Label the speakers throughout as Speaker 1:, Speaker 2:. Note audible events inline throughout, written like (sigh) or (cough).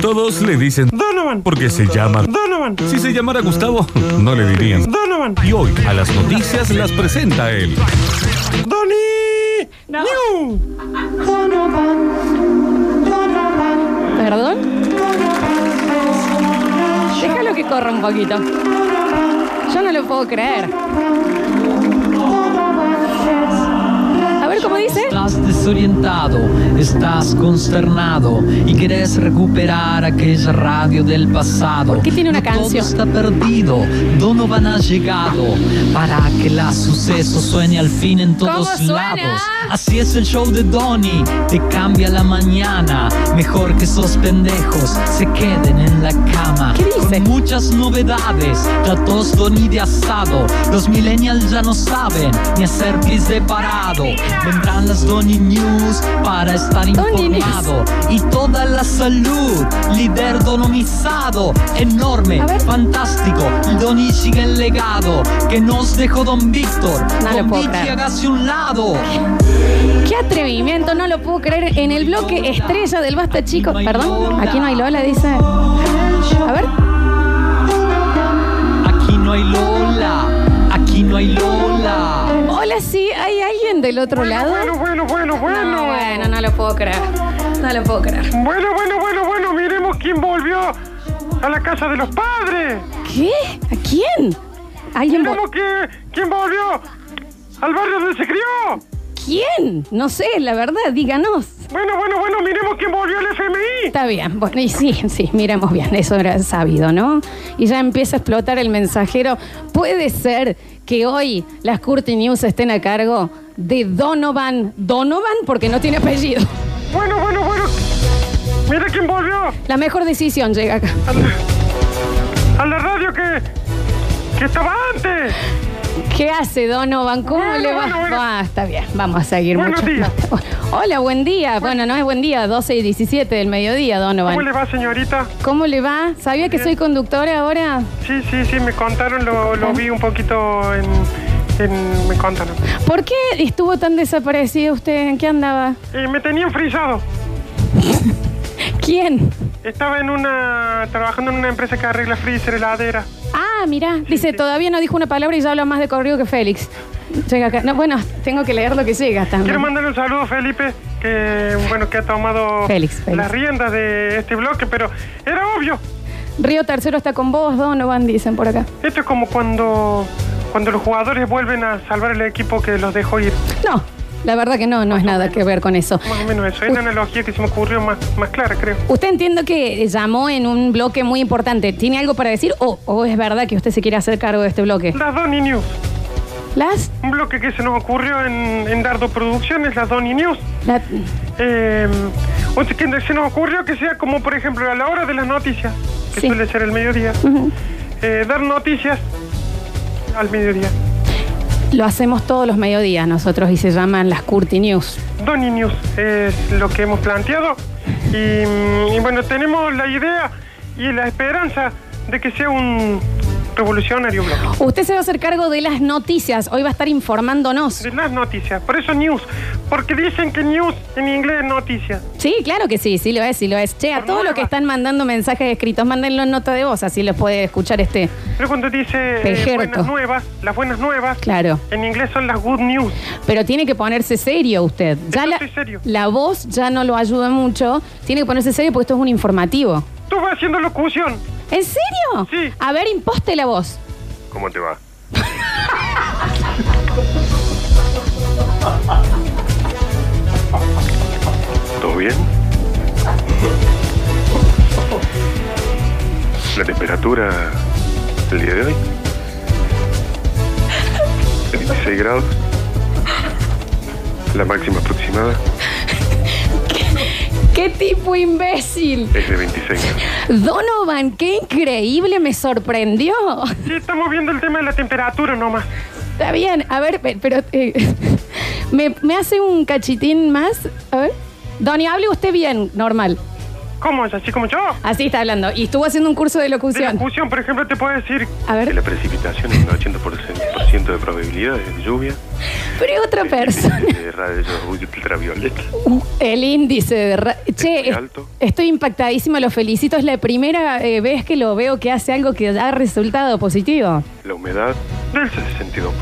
Speaker 1: Todos le dicen Donovan porque se llama Donovan. Si se llamara Gustavo, no le dirían Donovan. Y hoy a las noticias las presenta él. ¡Donny!
Speaker 2: No.
Speaker 1: New.
Speaker 2: ¿Perdón? Déjalo que corra un poquito. Yo no lo puedo creer. A ver cómo dice.
Speaker 3: Estás desorientado, estás consternado y querés recuperar aquella radio del pasado.
Speaker 2: qué tiene una
Speaker 3: No todo
Speaker 2: canción?
Speaker 3: está perdido, Donovan ha llegado para que la suceso suene al fin en todos
Speaker 2: ¿Cómo suena?
Speaker 3: lados. Así es el show de Donny, te cambia la mañana. Mejor que esos pendejos se queden en la cama.
Speaker 2: ¿Qué dice?
Speaker 3: Con muchas novedades, platos Donny de asado. Los millennials ya no saben ni hacer pis de parado. Vendrán las Donny News para estar
Speaker 2: Donny News.
Speaker 3: informado. Y toda la salud, líder donomizado, enorme,
Speaker 2: A ver.
Speaker 3: fantástico. El Donny sigue el legado que nos dejó Don Víctor.
Speaker 2: No lo
Speaker 3: Don
Speaker 2: puedo
Speaker 3: Vicky,
Speaker 2: creer.
Speaker 3: hágase un lado.
Speaker 2: Qué atrevimiento, no lo puedo creer. En el bloque estrella del Basta Chicos. Perdón, aquí no hay Lola, dice. A ver.
Speaker 3: Aquí no hay Lola, aquí no hay Lola.
Speaker 2: Hola, sí, ¿hay alguien del otro lado?
Speaker 4: Bueno, bueno, bueno,
Speaker 2: No,
Speaker 4: bueno.
Speaker 2: bueno, no lo puedo creer. No lo puedo creer.
Speaker 4: Bueno, bueno, bueno, bueno, miremos quién volvió a la casa de los padres.
Speaker 2: ¿Qué? ¿A quién? ¿Alguien? vo-
Speaker 4: Miremos que, quién volvió al barrio donde se crió.
Speaker 2: ¿Quién? No sé, la verdad, díganos.
Speaker 4: Bueno, bueno, bueno, miremos quién volvió al FMI.
Speaker 2: Está bien, bueno, y sí, sí, miremos bien, eso era sabido, ¿no? Y ya empieza a explotar el mensajero. ¿Puede ser que hoy las Curti News estén a cargo de Donovan? Donovan, porque no tiene apellido.
Speaker 4: Bueno, bueno, bueno. Mira quién volvió
Speaker 2: La mejor decisión llega acá.
Speaker 4: a la, a la radio que, que estaba antes.
Speaker 2: ¿Qué hace Donovan? ¿Cómo
Speaker 4: Bueno,
Speaker 2: le va?
Speaker 4: bueno, bueno.
Speaker 2: Ah, está bien, vamos a seguir
Speaker 4: Buenos
Speaker 2: mucho.
Speaker 4: días.
Speaker 2: (laughs) Hola, buen día. Bueno, no es buen día, 12 y 17 del mediodía, Donovan.
Speaker 4: ¿Cómo le va, señorita?
Speaker 2: ¿Cómo le va? ¿Sabía que
Speaker 4: Bien.
Speaker 2: soy conductora ahora?
Speaker 4: Sí, sí, sí, me contaron, lo, lo vi un poquito en... en- me contaron.
Speaker 2: ¿Por qué estuvo tan desaparecido usted? ¿En qué andaba?
Speaker 4: Y me tenían frisado.
Speaker 2: ¿Quién?
Speaker 4: Estaba en una. trabajando en una empresa que arregla freezer, heladera.
Speaker 2: Ah, mirá, dice, todavía no dijo una palabra y ya habla más de corrido que Félix. Llega acá. No, bueno, tengo que leer lo que llega
Speaker 4: Quiero
Speaker 2: también.
Speaker 4: mandarle un saludo a Felipe, que bueno, que ha tomado
Speaker 2: Félix, Félix.
Speaker 4: las riendas de este bloque, pero era obvio.
Speaker 2: Río Tercero está con vos, Donovan, dicen por acá.
Speaker 4: Esto es como cuando. cuando los jugadores vuelven a salvar el equipo que los dejó ir.
Speaker 2: No, la verdad que no, no es nada que ver con eso.
Speaker 4: Más o menos eso. Es la analogía que se me ocurrió más, más clara, creo.
Speaker 2: Usted entiendo que llamó en un bloque muy importante. ¿Tiene algo para decir o, o es verdad que usted se quiere hacer cargo de este bloque?
Speaker 4: Las Donny News.
Speaker 2: Las...
Speaker 4: Un bloque que se nos ocurrió en, en Dardo Producciones, las Donny News.
Speaker 2: la-
Speaker 4: Eh, un- que se nos ocurrió que sea como, por ejemplo, a la hora de las noticias, que
Speaker 2: Sí.
Speaker 4: suele ser el mediodía, eh, dar noticias al mediodía.
Speaker 2: lo hacemos todos los mediodías nosotros y se llaman las Curti News.
Speaker 4: Donny News es lo que hemos planteado. Y, mm, y bueno, tenemos la idea y la esperanza de que sea un revolucionario blog.
Speaker 2: Usted se va a hacer cargo de las noticias. Hoy va a estar informándonos.
Speaker 4: De las noticias, por eso news, porque dicen que news en inglés es noticia.
Speaker 2: Sí, claro que sí, sí lo es, sí lo es. Che, a
Speaker 4: Por
Speaker 2: todos los
Speaker 4: nueva.
Speaker 2: que están mandando mensajes escritos, mándenlo en nota de voz, así los puede escuchar este.
Speaker 4: Pero cuando dice eh,
Speaker 2: Pejerto.
Speaker 4: buenas nuevas, las buenas nuevas,
Speaker 2: Claro.
Speaker 4: en inglés son las good news.
Speaker 2: Pero tiene que ponerse serio usted. Ya
Speaker 4: Yo
Speaker 2: la,
Speaker 4: estoy serio.
Speaker 2: la voz ya no lo ayuda mucho. Tiene que ponerse serio porque esto es un informativo.
Speaker 4: Estuve haciendo locución.
Speaker 2: ¿En serio?
Speaker 4: Sí.
Speaker 2: A ver, imposte la voz.
Speaker 4: ¿Cómo te va?
Speaker 5: ¿Todo bien? ¿La temperatura el día de hoy? 26 grados. La máxima aproximada
Speaker 2: ¡Qué tipo imbécil!
Speaker 5: es de 26 grados.
Speaker 2: Donovan, qué increíble, me sorprendió.
Speaker 4: Sí, estamos viendo el tema de la temperatura nomás.
Speaker 2: Está bien, a ver, pe- pero. eh, (laughs) me, me hace un cachitín más? A ver. Donny, hable usted bien, normal.
Speaker 4: ¿Cómo es? ¿Así como yo?
Speaker 2: Así está hablando. Y estuvo haciendo un curso de
Speaker 4: De la
Speaker 2: locución.
Speaker 4: fusión, por ejemplo, te puedo decir
Speaker 2: A
Speaker 5: Que
Speaker 2: ver,
Speaker 5: la precipitación es un 80% de probabilidades de lluvia.
Speaker 2: pero es otra
Speaker 5: (laughs)
Speaker 2: persona.
Speaker 5: Este De rayos ultravioleta.
Speaker 2: Uh, El índice de... ra- Che,
Speaker 5: muy
Speaker 2: es-
Speaker 5: alto.
Speaker 2: estoy impactadísima, lo felicito. Es la primera eh, vez que lo veo que hace algo que da resultado positivo.
Speaker 5: La humedad del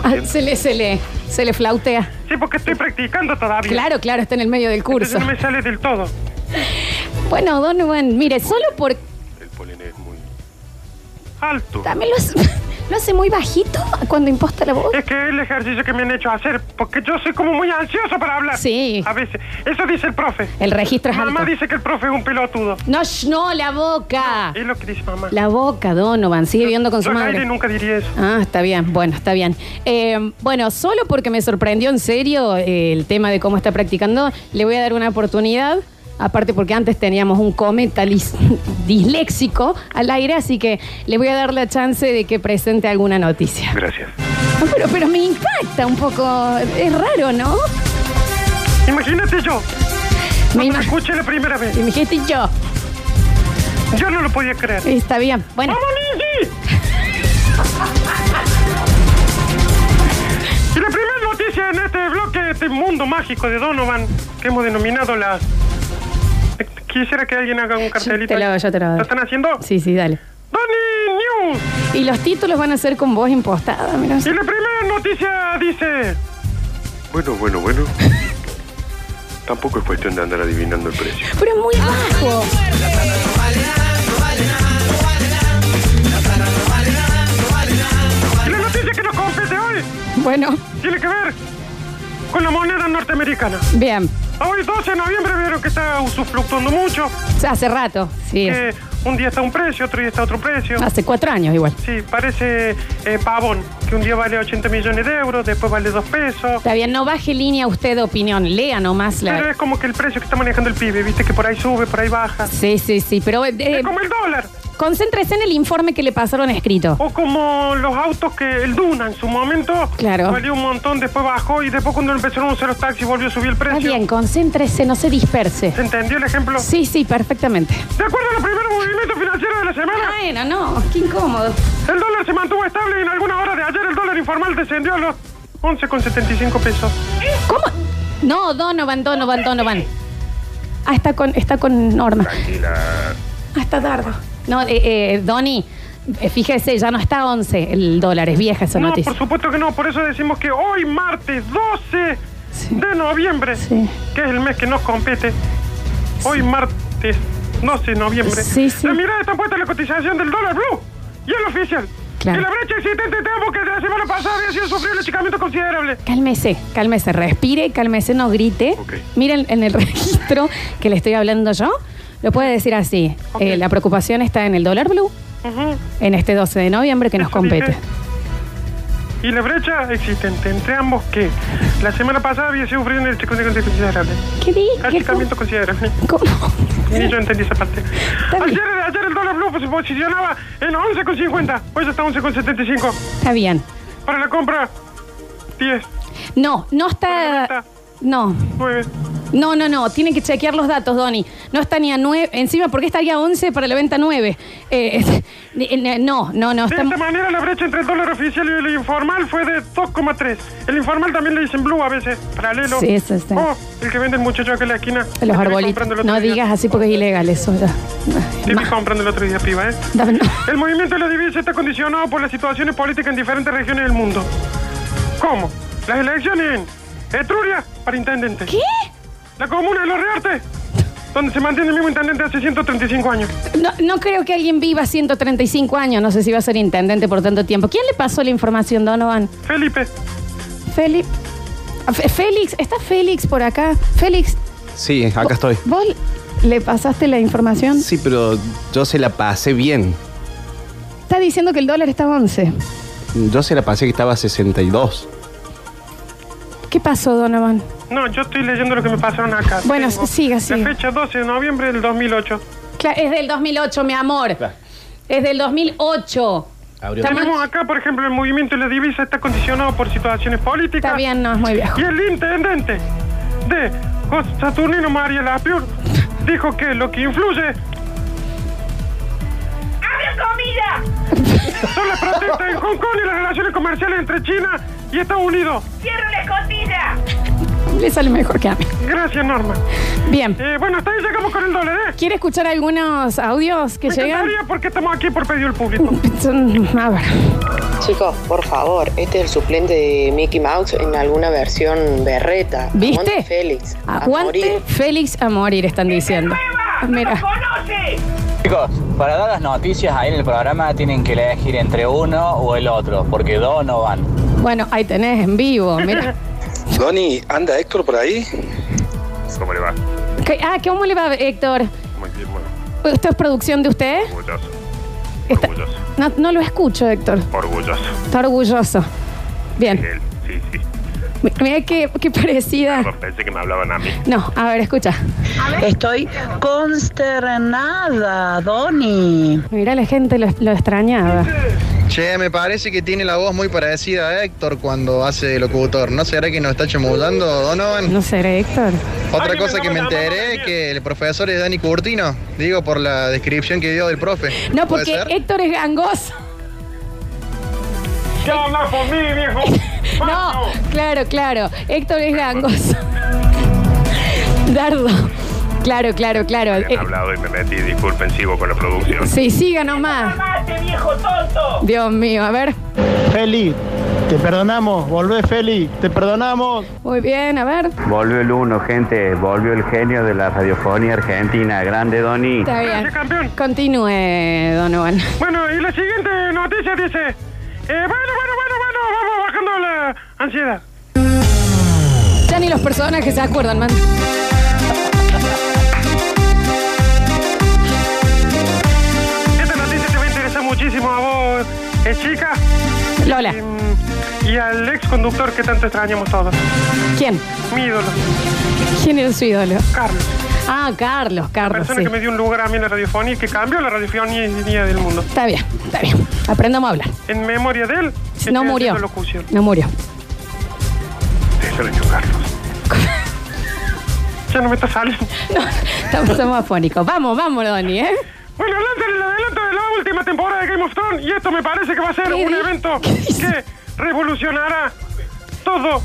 Speaker 2: Ah,
Speaker 5: 62%.
Speaker 2: se, le, se, le, se le flautea.
Speaker 4: Sí, porque estoy practicando todavía.
Speaker 2: Claro, claro, está en el medio del curso.
Speaker 4: Entonces no me sale del todo.
Speaker 2: Bueno, Donovan, mire, solo por...
Speaker 5: El polen es muy alto.
Speaker 2: También lo, hace- (laughs) lo hace muy bajito cuando imposta
Speaker 4: (laughs)
Speaker 2: la voz.
Speaker 4: Es que es el ejercicio que me han hecho hacer, porque yo soy como muy ansioso para hablar.
Speaker 2: Sí.
Speaker 4: A veces. Eso dice el profe.
Speaker 2: El registro es
Speaker 4: Mamá
Speaker 2: alto.
Speaker 4: dice que el profe es un pelotudo.
Speaker 2: No, sh- no, la boca.
Speaker 4: Es lo que dice mamá.
Speaker 2: La boca, Donovan. Sigue viviendo con su
Speaker 4: Yo al aire
Speaker 2: madre.
Speaker 4: nunca diría eso.
Speaker 2: Ah, está bien, bueno, está bien. Eh, bueno, solo porque me sorprendió en serio eh, el tema de cómo está practicando, le voy a dar una oportunidad. Aparte porque antes teníamos un cometa lis- (laughs) disléxico al aire, así que le voy a dar la chance de que presente alguna noticia.
Speaker 5: Gracias.
Speaker 2: Pero, pero me impacta un poco, es raro, ¿no?
Speaker 4: Imagínate yo.
Speaker 2: Me
Speaker 4: Cuando lo
Speaker 2: imagino.
Speaker 4: escuché la primera vez.
Speaker 2: Me dijiste yo.
Speaker 4: Yo no lo podía creer.
Speaker 2: Está bien. Bueno,
Speaker 4: ¡Vamos, Lizzy! (laughs) Y la primera noticia en este bloque de este mundo mágico de Donovan, que hemos denominado la... Quisiera que alguien haga un
Speaker 2: yo
Speaker 4: cartelito.
Speaker 2: te lo hago, yo te lo
Speaker 4: ¿Lo
Speaker 2: hago.
Speaker 4: están haciendo?
Speaker 2: Sí, sí, dale.
Speaker 4: Donny News.
Speaker 2: Y los títulos van a ser con voz impostada, mira.
Speaker 4: Y la primera noticia dice...
Speaker 5: Bueno, bueno, bueno. Tampoco es cuestión de andar adivinando el precio.
Speaker 2: Pero es muy bajo.
Speaker 4: Y la noticia que nos compete hoy
Speaker 2: Bueno,
Speaker 4: tiene que ver con la moneda norteamericana.
Speaker 2: bien.
Speaker 4: Hoy 12 de noviembre vieron que está usufructuando mucho.
Speaker 2: O sea, hace rato, sí.
Speaker 4: Que un día está un precio, otro día está otro precio.
Speaker 2: Hace cuatro años igual.
Speaker 4: Sí, parece eh, pavón, que un día vale 80 millones de euros, después vale 2 pesos.
Speaker 2: Está bien, no baje línea usted de opinión, lea nomás
Speaker 4: Pero
Speaker 2: la...
Speaker 4: es como que el precio que está manejando el pibe, viste que por ahí sube, por ahí baja.
Speaker 2: Sí, sí, sí, pero eh,
Speaker 4: Es como el dólar,
Speaker 2: concéntrese en el informe que le pasaron escrito.
Speaker 4: o como los autos que el Duna en su momento
Speaker 2: Claro.
Speaker 4: valió un montón, después bajó y después cuando empezaron a usar los taxis volvió a subir el
Speaker 2: Está
Speaker 4: precio.
Speaker 2: bien, concéntrese, no se disperse.
Speaker 4: ¿Se entendió el ejemplo?
Speaker 2: Sí, sí, perfectamente.
Speaker 4: De acuerdo a los primeros movimientos financieros de la semana,
Speaker 2: Bueno, no, qué incómodo.
Speaker 4: el dólar se mantuvo estable y en alguna hora de ayer el dólar informal descendió a los 11,75 pesos.
Speaker 2: ¿Cómo? No, Donovan, Donovan, Donovan. Ah, está con, está con Norma. Ah, está Dardo. No, eh, eh, Donny, eh, fíjese, ya no está 11 el dólar, es vieja esa
Speaker 4: No,
Speaker 2: noticia.
Speaker 4: por supuesto que no, por eso decimos que hoy martes 12
Speaker 2: Sí.
Speaker 4: de noviembre,
Speaker 2: Sí.
Speaker 4: que es el mes que nos compete, hoy martes 12 de noviembre,
Speaker 2: Sí, sí.
Speaker 4: la mirada está puesta en la cotización del dólar blue y el oficial.
Speaker 2: Claro.
Speaker 4: Y la brecha existente de ambos que de la semana pasada había sido sufrido un achicamiento considerable.
Speaker 2: Cálmese, cálmese, respire, cálmese, no grite.
Speaker 5: Ok.
Speaker 2: Miren en el (laughs) registro que le estoy hablando yo, lo puede decir así.
Speaker 4: Ok.
Speaker 2: Eh, la preocupación está en el dólar blue,
Speaker 4: Ujú.
Speaker 2: en este 12 de noviembre que nos
Speaker 4: Eso dije.
Speaker 2: compete.
Speaker 4: Y la brecha existente entre ambos que la semana pasada había sido sufrido un achicamiento considerable.
Speaker 2: ¿Qué di? ¿Qué co-
Speaker 4: Achicamiento considerable.
Speaker 2: ¿Cómo? (laughs)
Speaker 4: Ni yo entendí esa parte.
Speaker 2: bien.
Speaker 4: Ayer, ayer el dólar blue se posicionaba en 11,50. Hoy ya está 11,75.
Speaker 2: Está bien.
Speaker 4: Para la compra, 10,
Speaker 2: No, no está.
Speaker 4: Correcta.
Speaker 2: No,
Speaker 4: 9.
Speaker 2: no, no, no. Tiene que chequear los datos, Donny. No está ni a 9. Encima, ¿por qué estaría a 11 para la venta 9? Eh, (laughs) eh, no, no, no.
Speaker 4: De
Speaker 2: Está,
Speaker 4: esta manera, la brecha entre el dólar oficial y el informal fue de 2,3. El informal también le dicen blue a veces, paralelo.
Speaker 2: Sí, eso está.
Speaker 4: O el que vende el muchacho acá en la esquina. que te
Speaker 2: los
Speaker 4: vi
Speaker 2: arbolitos.
Speaker 4: comprando el otro
Speaker 2: No
Speaker 4: día.
Speaker 2: digas así porque es ilegal eso. ya. (laughs)
Speaker 4: Te vi
Speaker 2: Ma-
Speaker 4: comprando el otro día, piba, ¿eh?
Speaker 2: dame- no.
Speaker 4: El movimiento de la divisa está condicionado por las situaciones políticas en diferentes regiones del mundo. ¿Cómo? Las elecciones en Etruria para intendente.
Speaker 2: ¿Qué?
Speaker 4: La comuna de Los Reartes, donde se mantiene el mismo intendente hace 135 años.
Speaker 2: No, no creo que alguien viva 135 años. No sé si va a ser intendente por tanto tiempo. ¿Quién le pasó la información, Donovan?
Speaker 4: Felipe,
Speaker 2: Félix. Ah, Fe- Félix, ¿está Félix por acá? Félix,
Speaker 6: Sí, acá estoy.
Speaker 2: ¿vos le pasaste la información?
Speaker 6: Sí, pero yo se la pasé bien.
Speaker 2: Está diciendo que el dólar está a 11.
Speaker 6: Yo se la pasé que estaba a 62.
Speaker 2: ¿Qué pasó, Donovan?
Speaker 4: no, yo estoy leyendo lo que me pasaron acá.
Speaker 2: Bueno,
Speaker 4: Tengo
Speaker 2: siga, siga.
Speaker 4: La fecha 12 de noviembre del 2008.
Speaker 2: Claro, es del 2008, mi amor.
Speaker 6: Claro.
Speaker 2: Es del 2008.
Speaker 6: Abrió.
Speaker 2: Está
Speaker 4: Tenemos
Speaker 2: mal.
Speaker 4: acá, por ejemplo, el movimiento de la divisa está condicionado por situaciones políticas.
Speaker 2: Está bien, no es muy viejo.
Speaker 4: Y el intendente de José Saturnino María Lapiur dijo que lo que influye Son las protestas en Hong Kong y las relaciones comerciales entre China y Estados Unidos.
Speaker 7: ¡Cierra la escotilla!
Speaker 2: (laughs) Le sale mejor que a mí.
Speaker 4: Gracias, Norma.
Speaker 2: (laughs) Bien.
Speaker 4: Eh, bueno, hasta ahí llegamos con el doble D.
Speaker 2: ¿Quiere escuchar algunos audios que
Speaker 4: Me
Speaker 2: llegan?
Speaker 4: encantaría porque estamos aquí por pedido del público.
Speaker 2: Son- A ver.
Speaker 8: Chicos, por favor, este es el suplente de Mickey Mouse en alguna versión berreta.
Speaker 2: ¿Viste?
Speaker 8: Aguante Félix. a
Speaker 2: Aguante
Speaker 8: morir.
Speaker 2: Félix a morir, están diciendo.
Speaker 7: ¡Nueva!
Speaker 2: Ah, Mira.
Speaker 8: (laughs)
Speaker 7: ¡No conoce!
Speaker 9: Chicos, para dar las noticias ahí en el programa tienen que elegir entre uno o el otro, porque dos no van.
Speaker 2: Bueno, ahí tenés en vivo,
Speaker 8: (laughs)
Speaker 2: mira.
Speaker 10: Donny, ¿anda Héctor por ahí?
Speaker 5: ¿Cómo le va?
Speaker 2: ¿Qué- Ah, ¿cómo le va, Héctor?
Speaker 5: Muy bien, bueno,
Speaker 2: ¿Esto es producción de usted?
Speaker 5: orgulloso.
Speaker 2: Está-
Speaker 5: Orgulloso,
Speaker 2: No, no lo escucho, Héctor.
Speaker 5: orgulloso.
Speaker 2: Está orgulloso. Bien.
Speaker 5: Él, sí, sí.
Speaker 2: Mi- Mira qué, qué parecida.
Speaker 5: Pensé que me hablaban a mí.
Speaker 2: No, a ver, escucha.
Speaker 8: Estoy consternada, Donny.
Speaker 2: Mira, la gente lo, lo extrañaba.
Speaker 10: Che, me parece que tiene la voz muy parecida a Héctor cuando hace locutor. ¿No será que nos está chamudando, Donovan?
Speaker 2: No seré Héctor.
Speaker 10: Otra
Speaker 4: Ay,
Speaker 10: cosa que me
Speaker 4: me llamaba
Speaker 10: enteré
Speaker 4: Daniel.
Speaker 10: es que el profesor es Dani Curtino. Digo, por la descripción que dio del profe.
Speaker 2: No,
Speaker 10: ¿Puede
Speaker 2: porque
Speaker 10: ser?
Speaker 2: Héctor es gangoso.
Speaker 4: ¿Qué hablas por mí, viejo?
Speaker 2: (laughs) No,
Speaker 4: Vamos.
Speaker 2: claro, claro. Héctor es gangoso. (laughs) Dardo. Claro, claro, claro. Eh,
Speaker 5: hablado y me metí disculpensivo con la producción.
Speaker 2: sí, siga nomás.
Speaker 7: ¡Mate, viejo tonto!
Speaker 2: Dios mío, a ver.
Speaker 10: Feli, te perdonamos. Volvé, Feli, te perdonamos.
Speaker 2: Muy bien, a ver.
Speaker 9: Volvió el uno, gente. Volvió el genio de la radiofonía argentina. Grande, Doni.
Speaker 2: Está bien.
Speaker 4: Gracias, campeón.
Speaker 2: Continúe, Donovan.
Speaker 4: Bueno, y la siguiente noticia dice: eh, Bueno, bueno, bueno, bueno, vamos bajando la ansiedad.
Speaker 2: Ya ni los personajes se acuerdan, man.
Speaker 4: Esta noticia te va a interesar muchísimo a vos, eh, chica,
Speaker 2: Lola,
Speaker 4: mm, y al ex conductor que tanto extrañamos todos.
Speaker 2: ¿quién?
Speaker 4: Mi ídolo,
Speaker 2: ¿Quién era su ídolo?
Speaker 4: Carlos.
Speaker 2: Ah, Carlos, Carlos.
Speaker 4: Persona
Speaker 2: sí.
Speaker 4: que me dio un lugar a mí en la radiofonía y que cambió la radiofonía del mundo.
Speaker 2: Está bien, está bien. Aprendamos a hablar.
Speaker 4: En memoria de él, estoy
Speaker 2: No murió.
Speaker 4: haciendo Locución.
Speaker 2: No murió.
Speaker 5: Déjalo en Carlos.
Speaker 4: Ya no me está saliendo.
Speaker 2: No, estamos, somos afónicos. Vamos, vamos, Donny, ¿eh?
Speaker 4: Bueno, hablando del adelanto de la última temporada de Game of Thrones, y esto me parece que va a ser
Speaker 2: ¿Qué
Speaker 4: un
Speaker 2: di-
Speaker 4: evento
Speaker 2: qué dice?
Speaker 4: que revolucionará todo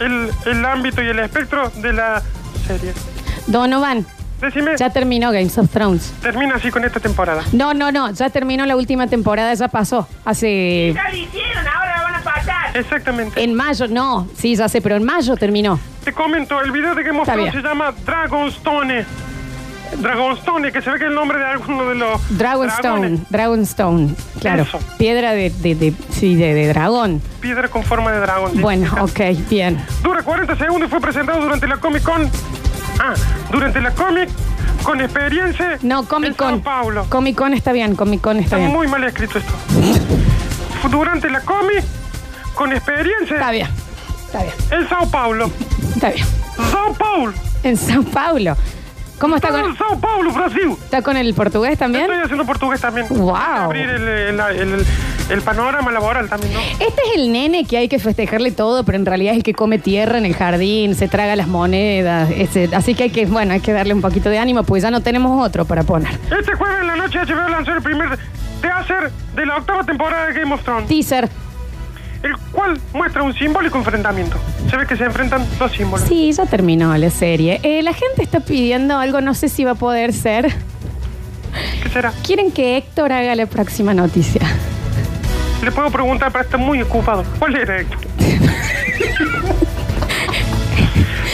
Speaker 4: el, el ámbito y el espectro de la serie.
Speaker 2: Donovan,
Speaker 4: Decime,
Speaker 2: ya terminó Games of Thrones.
Speaker 4: termina así con esta temporada.
Speaker 2: No, no, no, ya terminó la última temporada, ya pasó. Hace.
Speaker 7: Ya lo hicieron, ahora la van a pasar.
Speaker 4: Exactamente.
Speaker 2: En mayo, no, sí, ya sé, pero en mayo terminó.
Speaker 4: Te comento, el video de Game of
Speaker 2: Está
Speaker 4: Thrones
Speaker 2: bien.
Speaker 4: se llama Dragonstone. Dragonstone, que se ve que es el nombre de alguno de los
Speaker 2: Dragonstone,
Speaker 4: dragones.
Speaker 2: Dragonstone, claro.
Speaker 4: Eso.
Speaker 2: Piedra de, de, de- sí, de, de dragón.
Speaker 4: Piedra con forma de dragón. sí.
Speaker 2: Bueno, ok, bien.
Speaker 4: Dura 40 segundos y fue presentado durante la Comic Con. Ah, durante la Comic Con Experiencia.
Speaker 2: No, Comic
Speaker 4: En
Speaker 2: Con.
Speaker 4: Sao Paulo.
Speaker 2: Comic Con está bien, Comic Con
Speaker 4: Está
Speaker 2: está bien.
Speaker 4: muy mal escrito esto. Fue Durante la Comic Con
Speaker 2: Está
Speaker 4: Experiencia.
Speaker 2: bien, está bien,
Speaker 4: En Sao Paulo.
Speaker 2: está bien.
Speaker 4: Sao Paulo.
Speaker 2: En San Paulo. ¿Cómo está
Speaker 4: Todo en
Speaker 2: con,
Speaker 4: Sao Paulo, Brasil.
Speaker 2: está con el portugués también?
Speaker 4: Estoy haciendo portugués también.
Speaker 2: Wow.
Speaker 4: Hay que Abrir el, el- el- el panorama laboral también, ¿no?
Speaker 2: Este es el nene que hay que festejarle todo, pero en realidad es el que come tierra en el jardín, se traga las monedas, ese- así que hay que, bueno, hay que darle un poquito de ánimo, pues ya no tenemos otro para poner.
Speaker 4: Este jueves en la noche HBO lanzó el primer teaser de la octava temporada de Game of Thrones,
Speaker 2: Teaser.
Speaker 4: el cual muestra un simbólico enfrentamiento. Se ve que se enfrentan dos símbolos.
Speaker 2: Sí, ya terminó la serie. Eh, la gente está pidiendo algo, no sé si va a poder ser.
Speaker 4: ¿Qué será?
Speaker 2: Quieren que Héctor haga la próxima noticia.
Speaker 4: Le puedo preguntar, pero está muy ocupado. ¿Cuál era
Speaker 2: (laughs)
Speaker 4: Héctor?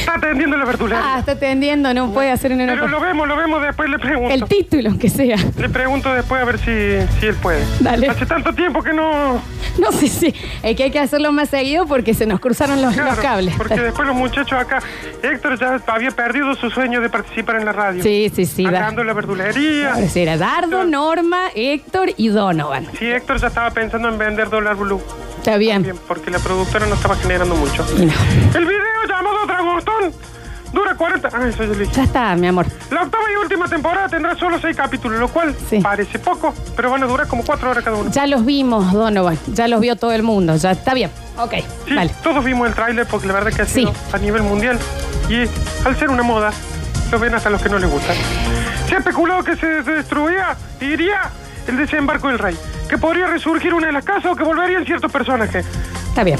Speaker 4: está atendiendo la
Speaker 2: Ah,
Speaker 4: verdulería.
Speaker 2: está atendiendo, no puede hacer en
Speaker 4: pero
Speaker 2: Europa.
Speaker 4: lo vemos, lo vemos después, le
Speaker 2: El
Speaker 4: pregunto.
Speaker 2: título, que sea. (laughs)
Speaker 4: Le pregunto después a ver si, si él puede.
Speaker 2: Dale.
Speaker 4: Hace tanto tiempo que no...
Speaker 2: No sé si. Es que hay que hacerlo más seguido porque se nos cruzaron los, los
Speaker 4: Claro,
Speaker 2: cables.
Speaker 4: Porque después los muchachos acá, Héctor ya había perdido su sueño de participar en la radio.
Speaker 2: (laughs) Sí, sí, sí.
Speaker 4: Acá
Speaker 2: da-
Speaker 4: ando en la verdulería.
Speaker 2: Ahora sí, era Dardo, Norma, Héctor y Donovan.
Speaker 4: Sí, Héctor ya estaba pensando en vender dólar blue.
Speaker 2: Está bien.
Speaker 4: Bien, porque la productora no estaba generando mucho.
Speaker 2: Y no.
Speaker 4: El video llamado Dragostón dura 40. Ah, eso yo lo dije.
Speaker 2: Ya está, mi amor.
Speaker 4: La octava y última temporada tendrá solo seis capítulos, lo cual
Speaker 2: Sí.
Speaker 4: parece poco, pero van a durar como cuatro horas cada uno.
Speaker 2: Ya los vimos, Donovan. Ya los vio todo el mundo. Ya está bien. Ok,
Speaker 4: Sí,
Speaker 2: vale.
Speaker 4: todos vimos el tráiler porque la verdad que ha
Speaker 2: Sí.
Speaker 4: sido a nivel mundial y al ser una moda, lo ven hasta los que no les gusta. Se especuló que se destruía, iría el desembarco del rey. que podría resurgir una de las casas o que volverían ciertos personajes.
Speaker 2: Está bien.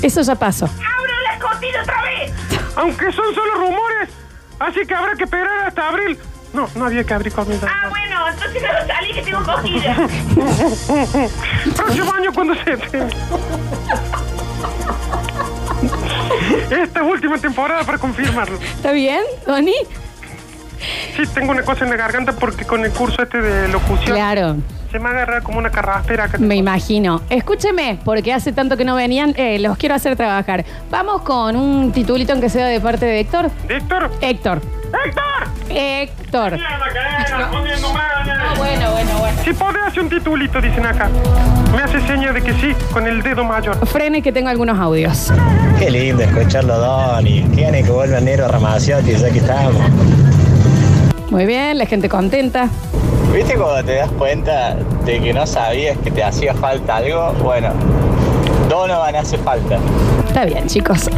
Speaker 2: Eso ya pasó.
Speaker 7: ¡Abro la escondida otra vez!
Speaker 4: Aunque son solo rumores, así que habrá que esperar hasta abril. No, no había que abrir comida.
Speaker 7: Ah, bueno, entonces (laughs) me lo salí que tengo cosquillas.
Speaker 4: (laughs) Próximo año cuando se... Esta última temporada para confirmarlo.
Speaker 2: ¿Está bien, Doni?
Speaker 4: Sí, tengo una cosa en la garganta porque con el curso este de locución
Speaker 2: Claro,
Speaker 4: se me agarra como una carraspera. acá.
Speaker 2: me imagino. Escúcheme, porque hace tanto que no venían, eh, los quiero hacer trabajar. Vamos con un titulito aunque sea de parte de Héctor.
Speaker 4: Víctor,
Speaker 2: Héctor.
Speaker 4: ¡Héctor!
Speaker 2: Héctor.
Speaker 11: Ah,
Speaker 7: bueno, bueno, bueno.
Speaker 4: Si podés hacer un titulito, dicen acá. Me hace seña de que sí, con el dedo mayor.
Speaker 2: Frene que tengo algunos audios.
Speaker 12: Qué lindo escucharlo, Donny. Qué gana que vuelva Nero Ramaciotti, ya que estamos.
Speaker 2: Muy bien, la gente contenta.
Speaker 9: ¿Viste cuando te das cuenta de que no sabías que te hacía falta algo? Bueno, Donovan hace falta.
Speaker 2: Está bien, chicos.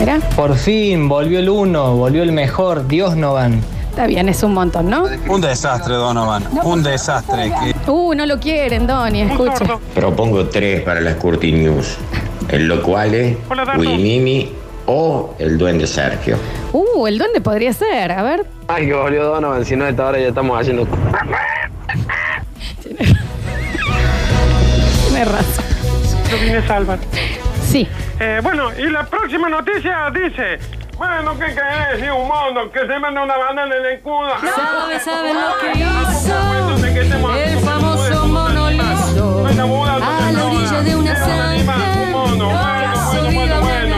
Speaker 2: Mira,
Speaker 13: Por fin, volvió el uno, volvió el mejor, Dios no van.
Speaker 2: está bien, es un montón, ¿no?
Speaker 14: Un desastre, Donovan. Un desastre.
Speaker 2: Uh, no lo quieren, Doni,
Speaker 4: Un
Speaker 2: escucha.
Speaker 4: sordo.
Speaker 15: Propongo tres para las Curti News. El Loco Ale,
Speaker 4: Hola, Dardo.
Speaker 15: Willy o el Duende Sergio.
Speaker 2: Uh, el dónde podría ser, a ver.
Speaker 6: Ay, que volvió Donovan, si no, a esta hora ya estamos haciendo.
Speaker 2: (laughs) Me razón.
Speaker 4: Lo vine a salvar.
Speaker 2: Sí,
Speaker 4: Eh, bueno, y la próxima noticia dice... Bueno, ¿qué crees? Sí, un mono que se manda una banana en el culo.
Speaker 11: Sabe, sabe lo que hizo el famoso mono liso
Speaker 4: Una mudanza
Speaker 11: a
Speaker 4: de
Speaker 11: la
Speaker 4: lona.
Speaker 11: orilla de una
Speaker 4: Era un animal, un
Speaker 11: zanja.
Speaker 4: mono. Bueno, bueno, bueno, bueno.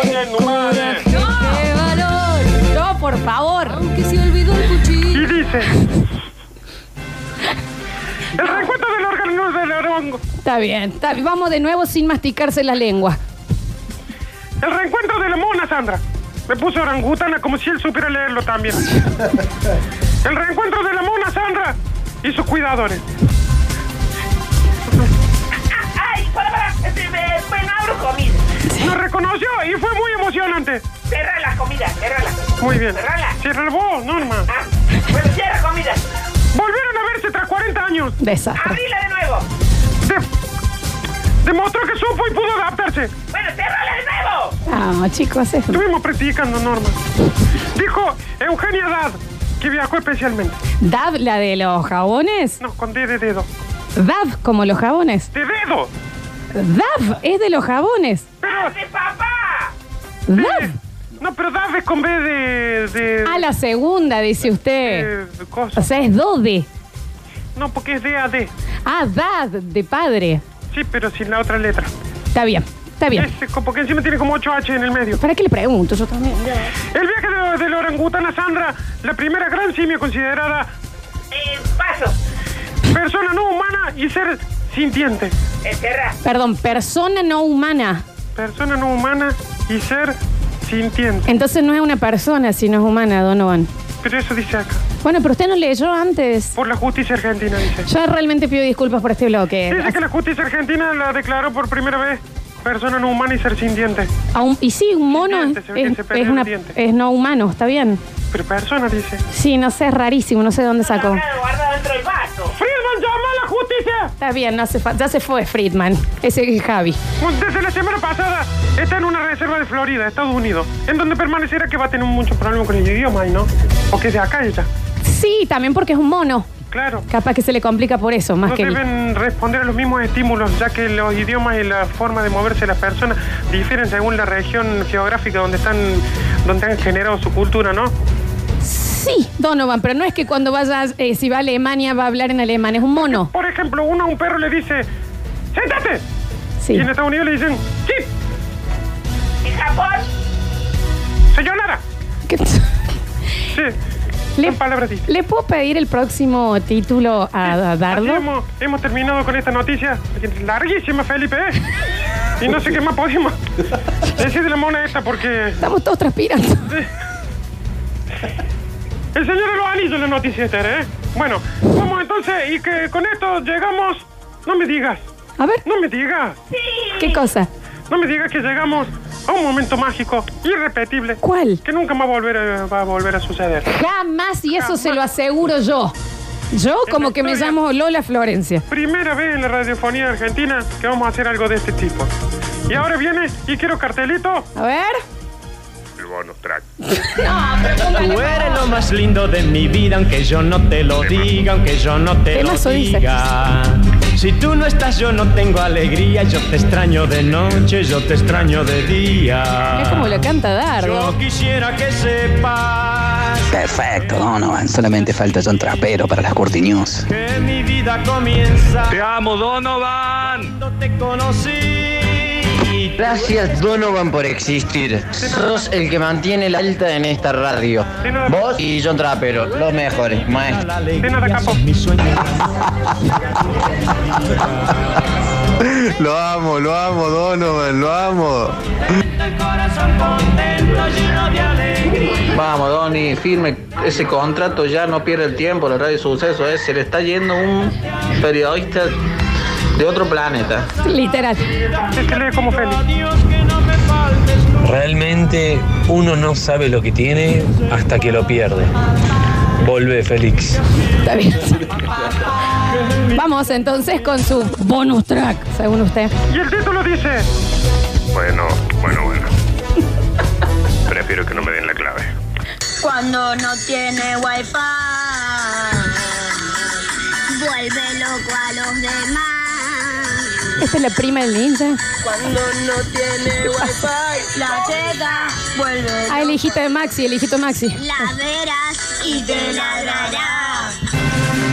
Speaker 4: Oye, no mames.
Speaker 11: ¡Qué valor!
Speaker 2: no, por favor.
Speaker 11: Aunque se olvidó el
Speaker 4: Y
Speaker 11: cuchillo.
Speaker 4: dice... El recuento del órgano del arongo.
Speaker 2: Está bien, está bien. Vamos de nuevo sin masticarse la lengua.
Speaker 4: El reencuentro de la mona, Sandra. Me puso orangutana como si él supiera leerlo
Speaker 7: (laughs)
Speaker 4: también. El reencuentro de la mona, Sandra. Y sus cuidadores.
Speaker 7: ¡Ay, para, para! Este, me- Bueno, abro comida.
Speaker 4: Lo reconoció y fue muy emocionante.
Speaker 7: Cerra la comida, cerra la.
Speaker 4: Muy bien.
Speaker 7: Cerrala.
Speaker 4: Cierra el vos, Norma.
Speaker 7: Ah, bueno, cierra comida.
Speaker 4: Volvieron a verse tras 40 años.
Speaker 2: Desastre.
Speaker 7: Abrila de nuevo.
Speaker 4: De- demostró que supo y pudo adaptarse.
Speaker 7: Bueno, cerrala de nuevo.
Speaker 2: No, chicos, es...
Speaker 4: Estuvimos practicando, Norma. Dijo Eugenia Dad, que viajó especialmente.
Speaker 2: Dab, la de los jabones.
Speaker 4: No, con D de dedo.
Speaker 2: Dab, como los jabones.
Speaker 4: ¡De dedo!
Speaker 2: Dab es de los jabones.
Speaker 4: Pero.
Speaker 7: ¡De papá!
Speaker 2: Dab.
Speaker 4: No, pero Dad es con B de. de
Speaker 2: A Ah, la segunda, dice usted.
Speaker 4: de- de cosa.
Speaker 2: O sea, es dode.
Speaker 4: No, porque es D-A-D.
Speaker 2: Ah, dad, de padre.
Speaker 4: Sí, pero sin la otra letra.
Speaker 2: Está bien, está bien.
Speaker 4: Este, co- porque encima tiene como 8H en el medio.
Speaker 2: ¿Para qué le pregunto? Yo también.
Speaker 4: El viaje de, de la orangutana Sandra, la primera gran simio considerada
Speaker 7: Eh, paso.
Speaker 4: persona no humana y ser sintiente.
Speaker 7: Eh, cerra.
Speaker 2: Perdón, persona no humana.
Speaker 4: Persona no humana y ser sintiente.
Speaker 2: Entonces no es una persona si no es humana, Donovan.
Speaker 4: Pero eso dice acá.
Speaker 2: Bueno, pero usted no leyó antes.
Speaker 4: Por la justicia argentina, dice.
Speaker 2: Yo realmente pido disculpas por este bloque.
Speaker 4: Dice que la justicia argentina la declaró por primera vez persona no humana y ser sintiente.
Speaker 2: A un- y sí, un mono es,
Speaker 4: dientes, se ve que
Speaker 2: es-
Speaker 4: se perdió
Speaker 2: es
Speaker 4: un
Speaker 2: una-
Speaker 4: diente.
Speaker 2: es no humano, está bien.
Speaker 4: Pero persona, dice.
Speaker 2: Sí, no sé, es rarísimo, no sé de dónde sacó.
Speaker 7: Guardado, guardado dentro del vaso.
Speaker 4: ¡Friedman, llama a la justicia!
Speaker 2: Está bien, no hace fa- ya se fue Friedman. Ese es Javi.
Speaker 4: Pues Desde la semana pasada está en una reserva de Florida, Estados Unidos, en donde permanecerá que va a tener mucho problema con el idioma, ¿y ¿no? Porque es de acá ella.
Speaker 2: Sí, también porque es un mono.
Speaker 4: Claro.
Speaker 2: Capaz que se le complica por eso, más
Speaker 4: No
Speaker 2: que... el-
Speaker 4: deben responder a los mismos estímulos, ya que los idiomas y la forma de moverse de las personas difieren según la región geográfica donde están, donde han generado su cultura, ¿no?
Speaker 2: Sí, Donovan, pero no es que cuando vayas, eh, si va a Alemania, va a hablar en alemán, es un mono.
Speaker 4: Por ejemplo, uno a un perro le dice, ¡Séntate!
Speaker 2: Sí.
Speaker 4: Y en Estados Unidos le dicen, ¡Sí!
Speaker 7: En Japón,
Speaker 4: ¡Sayonara!
Speaker 2: ¿Qué-
Speaker 4: Sí.
Speaker 2: Le-
Speaker 4: Son palabras distintas.
Speaker 2: ¿Le puedo pedir el próximo título a, a
Speaker 4: Así
Speaker 2: Dardo?
Speaker 4: Hemos, hemos terminado con esta noticia larguísima, Felipe. ¿eh? Y no sé qué más
Speaker 2: (laughs)
Speaker 4: podemos decir de la mona esta porque
Speaker 2: Estamos todos transpirando.
Speaker 4: el señor de los anillos la noticia esta, ¿eh? Bueno, vamos entonces y que con esto llegamos. No me digas,
Speaker 2: A ver,
Speaker 4: no me digas,
Speaker 2: ¿qué cosa?
Speaker 4: no me digas que llegamos a un momento mágico, irrepetible,
Speaker 2: ¿Cuál?
Speaker 4: que nunca más volver a- va a volver a suceder.
Speaker 2: Jamás, y eso se lo aseguro yo. Yo como que me llamo Lola Florencia.
Speaker 4: Primera vez en la radiofonía argentina que vamos a hacer algo de este tipo. Y ahora viene y quiero cartelito.
Speaker 2: A ver.
Speaker 5: El bonus track.
Speaker 16: Tú eres lo más lindo de mi vida, aunque yo no te lo diga, aunque yo no te lo
Speaker 2: Temazo, dice.
Speaker 16: diga. Si tú no estás, yo no tengo alegría. Yo te extraño de noche, yo te extraño de
Speaker 2: Es como
Speaker 16: día.
Speaker 2: lo canta Dardo.
Speaker 16: Yo quisiera que sepas
Speaker 17: Perfecto, Donovan. Solamente falta John Trapero para las Curti News.
Speaker 16: que mi vida comienza. Te amo, Donovan. te conocí.
Speaker 18: Gracias Donovan por existir. Sos el que mantiene la alta en esta radio. Vos y John Trapero, los mejores, maestro.
Speaker 10: Lo amo, lo amo, Donovan, lo amo.
Speaker 18: Vamos, Donny, firme ese contrato ya, no pierde el tiempo, la radio suceso, eh, se le está yendo un periodista de otro planeta.
Speaker 2: Literal.
Speaker 4: Es que lee como Félix.
Speaker 19: Realmente uno no sabe lo que tiene hasta que lo pierde. Volve, Félix.
Speaker 2: Está bien. Vamos entonces con su bonus track, según usted.
Speaker 4: Y el título dice.
Speaker 5: Bueno, bueno, bueno. Prefiero que no me den la clave.
Speaker 11: Cuando no tiene wifi, vuelve loco a los demás.
Speaker 2: Esta es la prima del ninja.
Speaker 11: Cuando no tiene wifi, la teta vuelve
Speaker 2: Ah, el hijito de Maxi, el hijito de Maxi.
Speaker 11: la verás y te ladrará.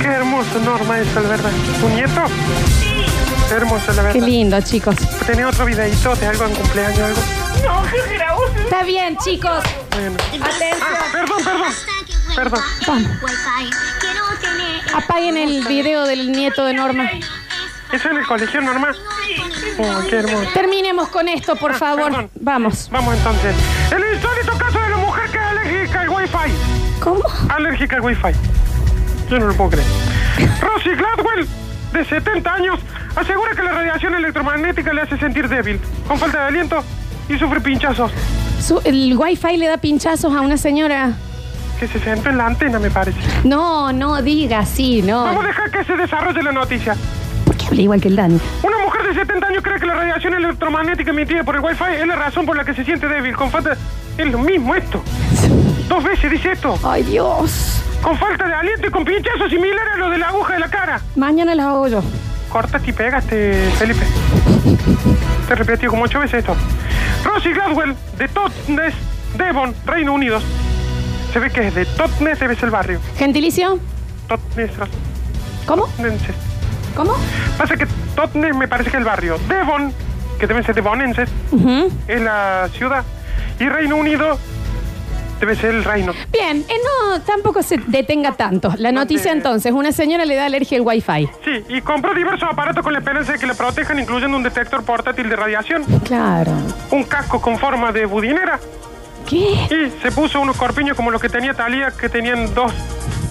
Speaker 4: Qué hermoso Norma es, la verdad. ¿Tu nieto? Qué hermoso, la
Speaker 2: Qué
Speaker 4: verdad.
Speaker 2: lindo, chicos.
Speaker 4: ¿Tenía otro videito de algo en cumpleaños algo?
Speaker 7: No, que grabó.
Speaker 2: Está bien, chicos.
Speaker 4: Bueno.
Speaker 2: Atención.
Speaker 4: Ah, perdón, perdón. Perdón.
Speaker 2: Apaguen el video del nieto de Norma.
Speaker 4: ¿Eso en el colegio, Norma? Oh, qué hermoso.
Speaker 2: Terminemos con esto, por favor.
Speaker 4: Ah, perdón.
Speaker 2: Vamos.
Speaker 4: Vamos entonces. El insólito caso de la mujer que es alérgica al wifi.
Speaker 2: ¿Cómo?
Speaker 4: Alérgica al wifi. Yo no lo
Speaker 2: (laughs)
Speaker 4: puedo creer. Rosie Gladwell, de 70 años, asegura que la radiación electromagnética le hace sentir débil, con falta de aliento y sufre pinchazos.
Speaker 2: Su- el wifi le da pinchazos a una señora.
Speaker 4: Que se sentó en la antena, me parece.
Speaker 2: No, no diga así, no.
Speaker 4: Vamos a dejar que se desarrolle la noticia.
Speaker 2: Que hable igual que el Dani.
Speaker 4: Una mujer de 70 años cree que la radiación electromagnética emitida por el Wi-Fi es la razón por la que se siente débil. Con falta. Es lo mismo esto. Dos veces dice esto.
Speaker 2: Ay, Dios.
Speaker 4: Con falta de aliento y con pinchazos similares a lo de la aguja de la cara.
Speaker 2: Mañana las hago yo.
Speaker 4: Cortaste y pegaste, Felipe. Te repetí como ocho veces esto. Rosie Gladwell, de Totnes, Devon, Reino Unido. Se ve que es de Totnes, debe ser el barrio.
Speaker 2: Gentilicio,
Speaker 4: Totnes. Ros-
Speaker 2: ¿cómo?
Speaker 4: Totnenses.
Speaker 2: ¿Cómo?
Speaker 4: Pasa que Totnes me parece que es el barrio. Devon, que deben ser devonenses,
Speaker 2: Ujú.
Speaker 4: es la ciudad. Y Reino Unido debe ser el reino.
Speaker 2: Bien, eh, no, tampoco se detenga tanto. La noticia entonces, una señora le da alergia al wifi.
Speaker 4: Sí, y compró diversos aparatos con la esperanza de que le protejan, incluyendo un detector portátil de radiación,
Speaker 2: Claro.
Speaker 4: un casco con forma de budinera.
Speaker 2: ¿Qué?
Speaker 4: Y se puso unos corpiños como los que tenía Talía, que tenían dos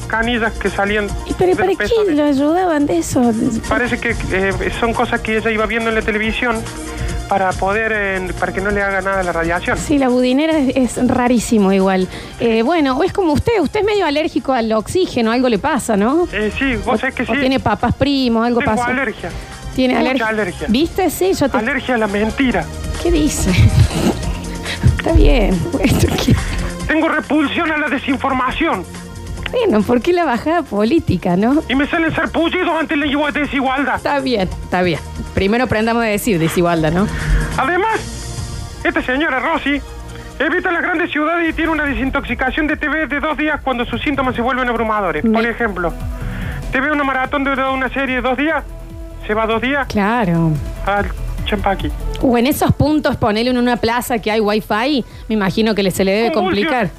Speaker 4: canillas que salían.
Speaker 2: ¿Y pero
Speaker 4: del
Speaker 2: para
Speaker 4: peso
Speaker 2: qué
Speaker 4: de-
Speaker 2: lo ayudaban de eso?
Speaker 4: Parece que eh, son cosas que ella iba viendo en la televisión para poder, eh, para que no le haga nada a la radiación.
Speaker 2: Sí, la budinera es, es rarísimo igual. Eh, bueno, o es como usted, usted es medio alérgico al oxígeno, algo le pasa, ¿no?
Speaker 4: Eh, sí, vos sabés que
Speaker 2: O
Speaker 4: sí.
Speaker 2: tiene papas primos, algo
Speaker 4: Tengo
Speaker 2: pasa.
Speaker 4: alergia.
Speaker 2: Tiene
Speaker 4: Mucha
Speaker 2: alergia.
Speaker 4: alergia.
Speaker 2: ¿Viste? Sí, yo te...
Speaker 4: Alergia a la mentira.
Speaker 2: ¿Qué dice? (laughs) Está bien. Bueno, ¿qué?
Speaker 4: Tengo repulsión a la desinformación.
Speaker 2: Bueno, ¿por qué la bajada política, no?
Speaker 4: Y me salen sarpullidos ante la igual- desigualdad.
Speaker 2: Está bien, está bien. Primero aprendamos a decir desigualdad, ¿no?
Speaker 4: Además, esta señora Rossi evita las grandes ciudades y tiene una desintoxicación de TV de dos días cuando sus síntomas se vuelven abrumadores. Por ejemplo, te ve una maratón de una serie de dos días, se va dos días
Speaker 2: Claro.
Speaker 4: al champaqui.
Speaker 2: O en esos puntos, ponerlo en una plaza que hay wifi, me imagino que le- se le debe complicar.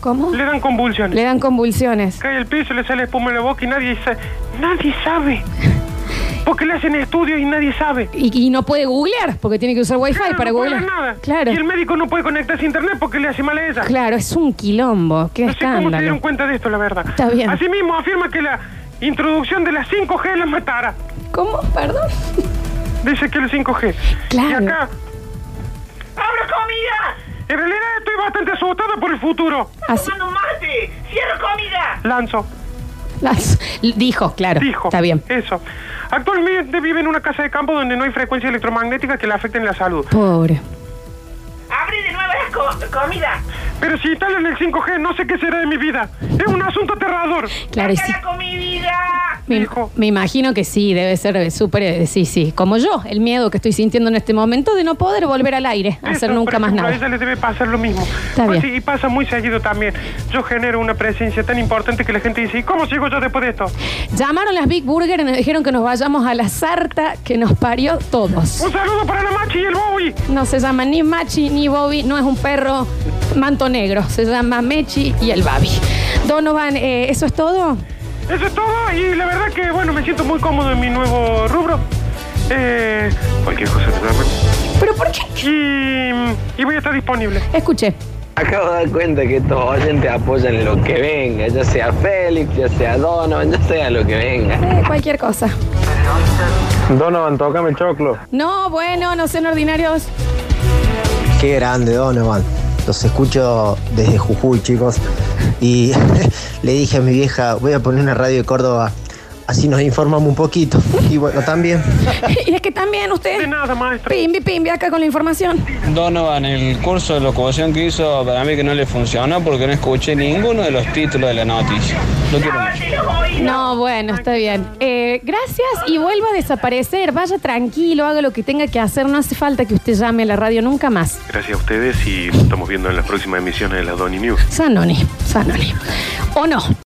Speaker 2: ¿Cómo?
Speaker 4: Le dan convulsiones.
Speaker 2: Le dan convulsiones.
Speaker 4: Cae el piso, le sale espuma en la boca y nadie sabe. Nadie sabe. Porque le hacen estudios y nadie sabe.
Speaker 2: Y, y no puede googlear, porque tiene que usar wifi
Speaker 4: Claro,
Speaker 2: para
Speaker 4: no puede
Speaker 2: googlear.
Speaker 4: nada.
Speaker 2: Claro.
Speaker 4: Y el médico no puede conectarse a internet porque le hace mal a ella.
Speaker 2: Claro, es un quilombo. Qué
Speaker 4: No sé cómo se dieron
Speaker 2: escándalo.
Speaker 4: cuenta de esto, la verdad.
Speaker 2: Está bien.
Speaker 4: Asimismo, afirma que la introducción de las 5G las matará.
Speaker 2: ¿Cómo? Perdón.
Speaker 4: Dice que el 5G.
Speaker 2: Claro.
Speaker 4: Y acá,
Speaker 7: ¡Abro comida!
Speaker 4: en realidad estoy bastante asustada por el futuro.
Speaker 2: Así-
Speaker 7: ¡Tomando mate! ¡Cierro comida!
Speaker 4: Lanzo.
Speaker 2: Las- dijo, claro.
Speaker 4: Dijo.
Speaker 2: Está bien.
Speaker 4: Eso. Actualmente vive en una casa de campo donde no hay frecuencia electromagnética que le afecten la salud.
Speaker 2: Pobre.
Speaker 7: Abre de nuevo la co- comida.
Speaker 4: Pero si instalan el 5G, no sé qué será de mi vida. Es un asunto aterrador.
Speaker 2: Claro, y sí.
Speaker 7: Comida.
Speaker 2: Me, me imagino que sí, debe ser eh, súper, eh, sí, sí, como yo, el miedo que estoy sintiendo en este momento de no poder volver al aire, a hacer
Speaker 4: Eso,
Speaker 2: nunca
Speaker 4: por
Speaker 2: más
Speaker 4: ejemplo,
Speaker 2: nada.
Speaker 4: A ella le debe pasar lo mismo.
Speaker 2: Está
Speaker 4: Pues
Speaker 2: bien.
Speaker 4: sí, y pasa muy seguido también. Yo genero una presencia tan importante que la gente dice, ¿y cómo sigo yo después de esto?
Speaker 2: Llamaron las Big Burger y nos dijeron que nos vayamos a la sarta que nos parió todos.
Speaker 4: Un saludo para la Machi y el Bowie.
Speaker 2: No se llama ni Machi ni Bobby, no es un perro manto negro, se llama Mechi y el Babi. Donovan, eh, ¿eso es todo?
Speaker 4: Eso es todo y la verdad que, bueno, me siento muy cómodo en mi nuevo rubro. Eh, cualquier cosa que llamen.
Speaker 2: ¿Pero por qué?
Speaker 4: Y, y voy a estar disponible.
Speaker 2: Escuché.
Speaker 6: Acabo de dar cuenta que estos oyentes apoyan lo que venga, ya sea Félix, ya sea Donovan, ya sea lo que venga.
Speaker 2: Eh, cualquier cosa.
Speaker 6: Donovan, tócame el choclo.
Speaker 2: No, bueno, no sean ordinarios. (laughs)
Speaker 20: Qué grande, Donovan. Los escucho desde Jujuy, chicos. Y (laughs) le dije a mi vieja, voy a poner una radio de Córdoba. Así nos informamos un poquito. Y bueno, también.
Speaker 2: y es que también usted... De
Speaker 4: nada, maestro.
Speaker 2: Pimbi, pimbi, acá con la información.
Speaker 12: Donovan, el curso de locución que hizo para mí que no le funcionó porque no escuché ninguno de los títulos de la noticia. Lo quiero mucho.
Speaker 2: No, bueno, está bien. Eh, gracias y vuelva a desaparecer. Vaya tranquilo, haga lo que tenga que hacer. No hace falta que usted llame a la radio nunca más.
Speaker 5: Gracias a ustedes y nos estamos viendo en las próximas emisiones de las Donny News.
Speaker 2: Sanoni, Sanoni. O no.